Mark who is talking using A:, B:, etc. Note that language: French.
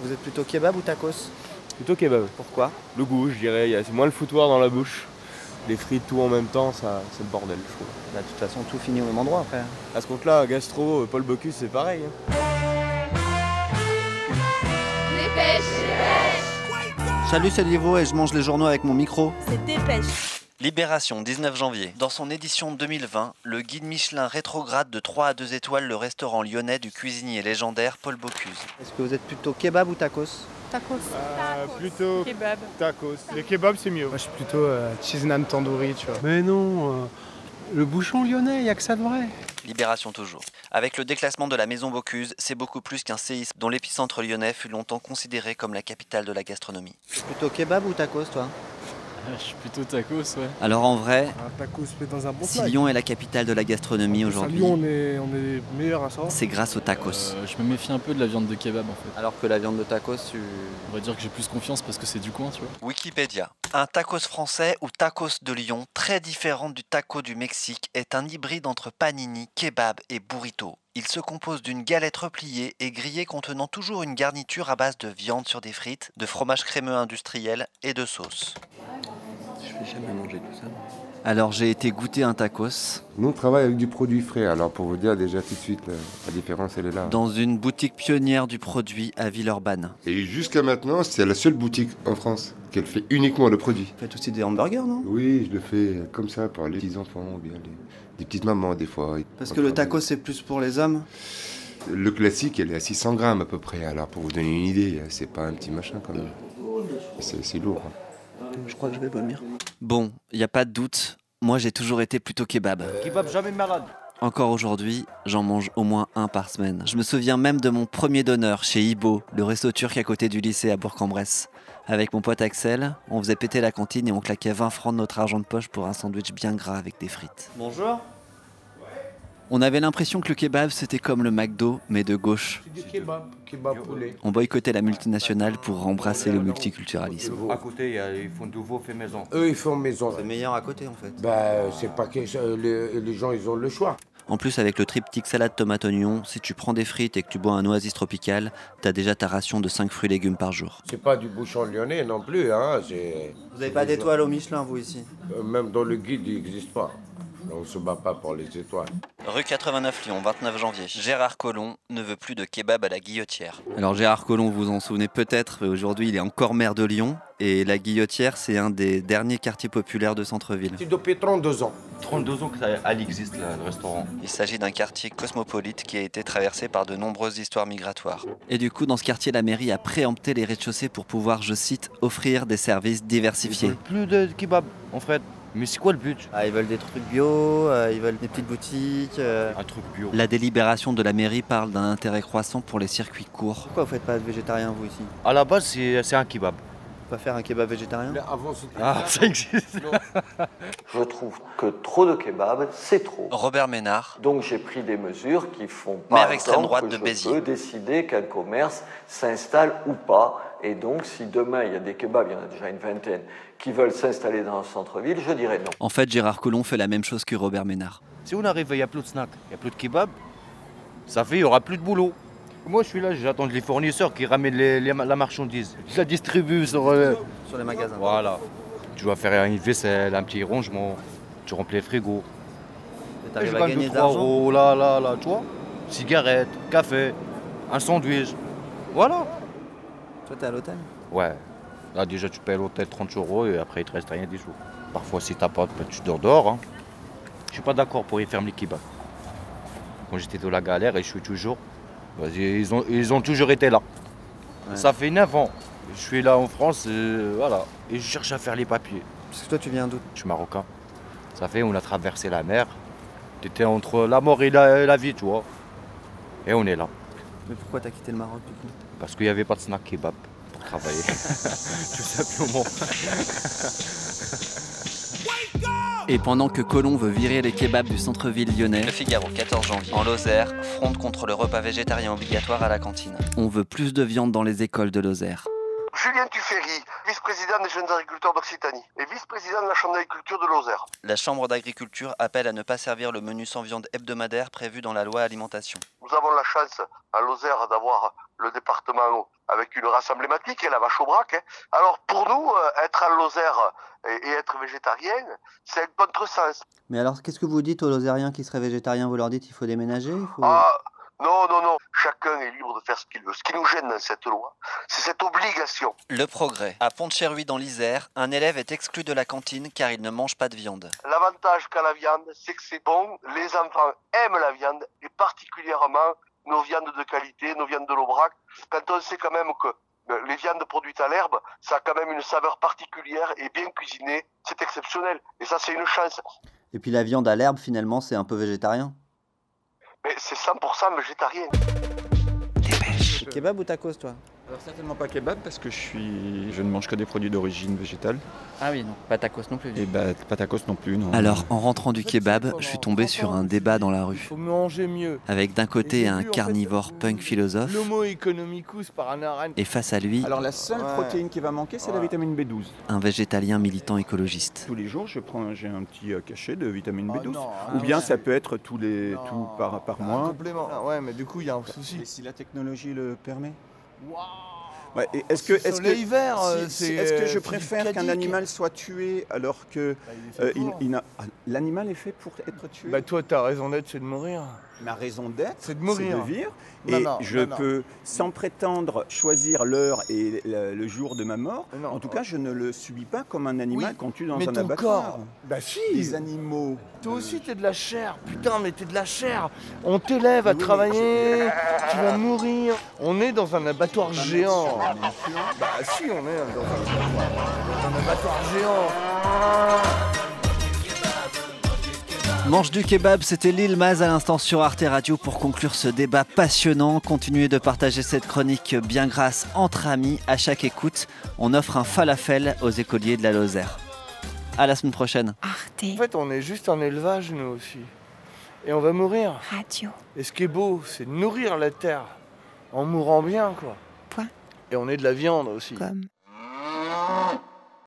A: Vous êtes plutôt kebab ou tacos
B: Plutôt kebab.
A: Pourquoi
B: Le goût, je dirais, il y a moins le foutoir dans la bouche. Les frites, tout en même temps, ça, c'est le bordel, je trouve.
A: Bah, De toute façon, tout finit au même endroit après.
B: À ce compte-là, gastro, euh, Paul Bocuse, c'est pareil. hein.
A: Salut, c'est Livo et je mange les journaux avec mon micro.
C: C'est dépêche.
A: Libération, 19 janvier. Dans son édition 2020, le guide Michelin rétrograde de 3 à 2 étoiles le restaurant lyonnais du cuisinier légendaire Paul Bocuse. Est-ce que vous êtes plutôt kebab ou tacos
C: Tacos.
D: plutôt
C: Kebab.
D: tacos. Les kebabs, c'est mieux.
E: Moi, je suis plutôt euh, cheese naan tandoori, tu vois.
F: Mais non, euh, le bouchon lyonnais, il n'y a que ça de vrai.
A: Libération toujours. Avec le déclassement de la maison Bocuse, c'est beaucoup plus qu'un séisme dont l'épicentre lyonnais fut longtemps considéré comme la capitale de la gastronomie. Plutôt kebab ou tacos, toi
G: Je suis plutôt tacos, ouais.
A: Alors en vrai,
H: Un Ah, tacos fait dans un bon
A: si Lyon est la capitale de la gastronomie aujourd'hui,
H: Lyon, on est, on est meilleur à ça.
A: c'est grâce aux tacos.
G: Euh, je me méfie un peu de la viande de kebab en fait.
A: Alors que la viande de tacos, tu...
G: On va dire que j'ai plus confiance parce que c'est du coin, tu vois.
A: Wikipédia. Un tacos français ou tacos de Lyon, très différent du taco du Mexique, est un hybride entre panini, kebab et burrito. Il se compose d'une galette repliée et grillée contenant toujours une garniture à base de viande sur des frites, de fromage crémeux industriel et de sauce.
B: Je vais jamais manger tout ça.
A: Alors j'ai été goûter un tacos
I: Nous, on travaille avec du produit frais. Alors, pour vous dire déjà tout de suite, euh, la différence, elle est là.
A: dans une boutique pionnière du produit à Villeurbanne.
I: Et jusqu'à maintenant, c'est la seule boutique en France qu'elle fait uniquement le produit.
A: Vous faites aussi des hamburgers, non
I: Oui, je le fais comme ça pour les petits-enfants ou bien les, les petites mamans, des fois.
A: c'est plus pour les hommes.
I: Le classique, elle est à 600 grammes à peu près. Alors, pour vous donner une idée, euh, c'est pas un petit machin quand même. C'est c'est lourd. hein.
A: Je crois que je vais vomir. Bon, il n'y a pas de doute, moi j'ai toujours été plutôt Euh, kebab.
B: Kebab jamais malade.
A: Encore aujourd'hui, j'en mange au moins un par semaine. Je me souviens même de mon premier donneur chez Ibo, le resto turc à côté du lycée à Bourg-en-Bresse. Avec mon pote Axel, on faisait péter la cantine et on claquait 20 francs de notre argent de poche pour un sandwich bien gras avec des frites.
B: Bonjour.
A: On avait l'impression que le kebab c'était comme le McDo, mais de gauche.
E: C'est du kebab, kebab poulet.
A: On boycottait la multinationale pour embrasser le multiculturalisme.
B: À côté, ils font du veau fait maison.
E: Eux, ils font maison.
A: meilleur à côté en fait.
E: Bah, c'est pas que euh, les, les gens, ils ont le choix.
A: En plus, avec le triptyque salade tomate oignon, si tu prends des frites et que tu bois un oasis tropical, t'as déjà ta ration de 5 fruits et légumes par jour.
E: C'est pas du bouchon lyonnais non plus, hein. c'est-
A: Vous n'avez pas d'étoile au Michelin, vous ici
E: euh, Même dans le guide, il n'existe pas. On se bat pas pour les étoiles.
A: Rue 89 Lyon, 29 janvier. Gérard Collomb ne veut plus de kebab à la guillotière. Alors Gérard Collomb, vous vous en souvenez peut-être, mais aujourd'hui il est encore maire de Lyon. Et la guillotière, c'est un des derniers quartiers populaires de centre-ville.
E: C'est depuis 32 ans.
B: 32 ans que ça elle existe, là, le restaurant.
A: Il s'agit d'un quartier cosmopolite qui a été traversé par de nombreuses histoires migratoires. Et du coup, dans ce quartier, la mairie a préempté les rez-de-chaussée pour pouvoir, je cite, offrir des services diversifiés.
B: Plus de kebab, en fait. Mais c'est quoi le but
A: Ah, ils veulent des trucs bio, euh, ils veulent des petites boutiques. euh.
B: Un truc bio.
A: La délibération de la mairie parle d'un intérêt croissant pour les circuits courts. Pourquoi vous faites pas de végétarien vous ici
B: À la base, c'est euh, c'est un kebab.
A: Pas faire un kebab végétarien
E: Mais avant, c'était
B: Ah, ça existe.
J: Je trouve que trop de kebab, c'est trop.
A: Robert Ménard,
J: Donc j'ai pris des mesures qui font
A: Mais
J: par
A: avec extrême
J: exemple,
A: droite
J: que
A: de
J: je
A: Béziers.
J: peux décider qu'un commerce s'installe ou pas. Et donc si demain il y a des kebabs, il y en a déjà une vingtaine, qui veulent s'installer dans le centre-ville, je dirais non.
A: en fait Gérard Collomb fait la même chose que Robert Ménard.
B: Si on arrive, il n'y a plus de snack, il n'y a plus de kebab, ça fait, il n'y aura plus de boulot. Moi, je suis là, j'attends les fournisseurs qui ramènent les- les- la marchandise. Je la distribue sur. euh,
A: Sur les magasins.
B: Voilà. Tu vas faire une vaisselle, un petit rangement, tu remplis le frigo. Et je gagne 3 euros, là, là, là, tu vois. Cigarette, café, un sandwich. Voilà.
A: Toi t'es à l'hôtel
B: Ouais. Là, déjà, tu payes l'hôtel 30 euros et après, il te reste rien des sous. Parfois, si t'as pas, ben, tu dors dehors. hein. Je suis pas d'accord pour y fermer les kebabs. Quand j'étais dans la galère et je suis toujours. Vas-y, ils ont, ils ont toujours été là.
A: Ouais.
B: Ça fait 9 ans. Je suis là en France, euh, voilà. Et je cherche à faire les papiers.
A: Parce que toi tu viens d'où
B: Je suis marocain. Ça fait, on a traversé la mer. T'étais entre la mort et la, la vie, tu vois. Et on est là.
A: Mais pourquoi t'as quitté le Maroc du coup
B: Parce qu'il n'y avait pas de snack kebab pour travailler. Tout simplement.
A: Et pendant que Colomb veut virer les kebabs du centre-ville lyonnais, Le Figaro, 14 janvier, en Lozère, fronde contre le repas végétarien obligatoire à la cantine. On veut plus de viande dans les écoles de Lozère.
H: Julien Tuféry, vice-président des jeunes agriculteurs d'Occitanie et vice-président de la Chambre d'agriculture de Lozère.
A: La Chambre d'agriculture appelle à ne pas servir le menu sans viande hebdomadaire prévu dans la loi alimentation.
H: Nous avons la chance à Lozère d'avoir le département euh, avec une race emblématique, hein, la vache au braque. hein. Alors pour nous, euh, être en Lozère euh, et, et être végétarien, c'est un contresens.
C: Mais alors, qu'est-ce que vous dites aux Lozériens qui seraient végétariens Vous leur dites il faut déménager il faut...
H: Ah, non, non, non, chacun est libre de faire ce qu'il veut. Ce qui nous gêne dans cette loi, c'est cette obligation.
A: Le progrès. À Pont-de-Cherruy dans l'Isère, un élève est exclu de la cantine car il ne mange pas de viande.
H: L'avantage qu'a la viande, c'est que c'est bon, les enfants aiment la viande, et particulièrement nos viandes de qualité, nos viandes de l'Aubrac, quand on sait quand même que euh, les viandes produites à l'herbe, ça a quand même une saveur particulière et bien cuisinée, c'est exceptionnel. Et ça, c'est une chance.
C: Et puis la viande à l'herbe, finalement, c'est un peu végétarien.
H: Mais c'est 100% végétarien.
C: Kebab ou tacos, toi
I: Alors certainement pas kebab parce que je suis, je ne mange que des produits d'origine végétale.
C: Ah oui, non, pas tacos non plus.
I: Et bah pas tacos non plus non.
A: Alors, en rentrant du kebab, je suis tombé sur un débat dans la rue.
B: Faut manger mieux.
A: Avec d'un côté
B: Et
A: un
B: j'ai vu, en fait,
A: carnivore punk philosophe
B: L'homo economicus par un arène.
A: et face à lui,
I: la seule
B: Ouais.
I: protéine qui va manquer, c'est la vitamine B12.
A: un végétalien militant écologiste.
I: Tous les jours, je prends, j'ai un petit euh, cachet de vitamine
B: Oh
I: B12.
B: non,
I: Ou
B: ah
I: bien
B: ouais.
I: ça peut être tous les,
B: Non.
I: tout par, par
B: Un
I: mois.
B: complément. Ah ouais, mais du coup, il y a un souci.
I: Bah, si la technologie le permet ouais, et Est-ce que,
B: Ce
I: est-ce que,
B: soleil vert,
I: si-
B: euh,
I: si-
B: c'est,
I: est-ce que
B: euh,
I: je
B: Philippe
I: préfère qu'un
B: Cadic.
I: animal soit tué alors que
B: Bah, il est fait
I: euh, il,
B: pour.
I: il n'a- ah, l'animal est fait pour être tué
B: Bah toi, ta raison d'être, c'est de mourir.
I: Ma raison d'être,
B: C'est de
I: c'est de
B: mourir.
I: vivre.
B: Non,
I: et
B: non,
I: je
B: non, non.
I: peux, sans prétendre, choisir l'heure et le, le jour de ma mort.
B: Non.
I: en tout cas, je ne le subis pas comme un animal
B: Oui,
I: qu'on tue dans
B: mais
I: un
B: ton
I: abattoir.
B: corps. Bah si.
I: Les animaux.
B: Toi
I: euh,
B: aussi, t'es de la chair. Putain, mais t'es de la chair. On t'élève à
I: Oui, mais
B: travailler. Tu vas mourir. On est dans un abattoir
I: pas mettre
B: géant.
I: sur un influent.
B: Bah si, on est dans un abattoir, dans un abattoir géant.
A: Mange du kebab, c'était Lil Maz à l'instant sur Arte Radio pour conclure ce débat passionnant. Continuez de partager cette chronique bien grasse entre amis. À chaque écoute, on offre un falafel aux écoliers de la Lozère. À la semaine prochaine.
D: Arte
B: En fait, on est juste un élevage, nous aussi. Et on va mourir.
D: Radio.
B: Et ce qui est beau, c'est de nourrir la terre en mourant bien, quoi.
D: Point.
B: Et on est de la viande aussi.
D: Comme.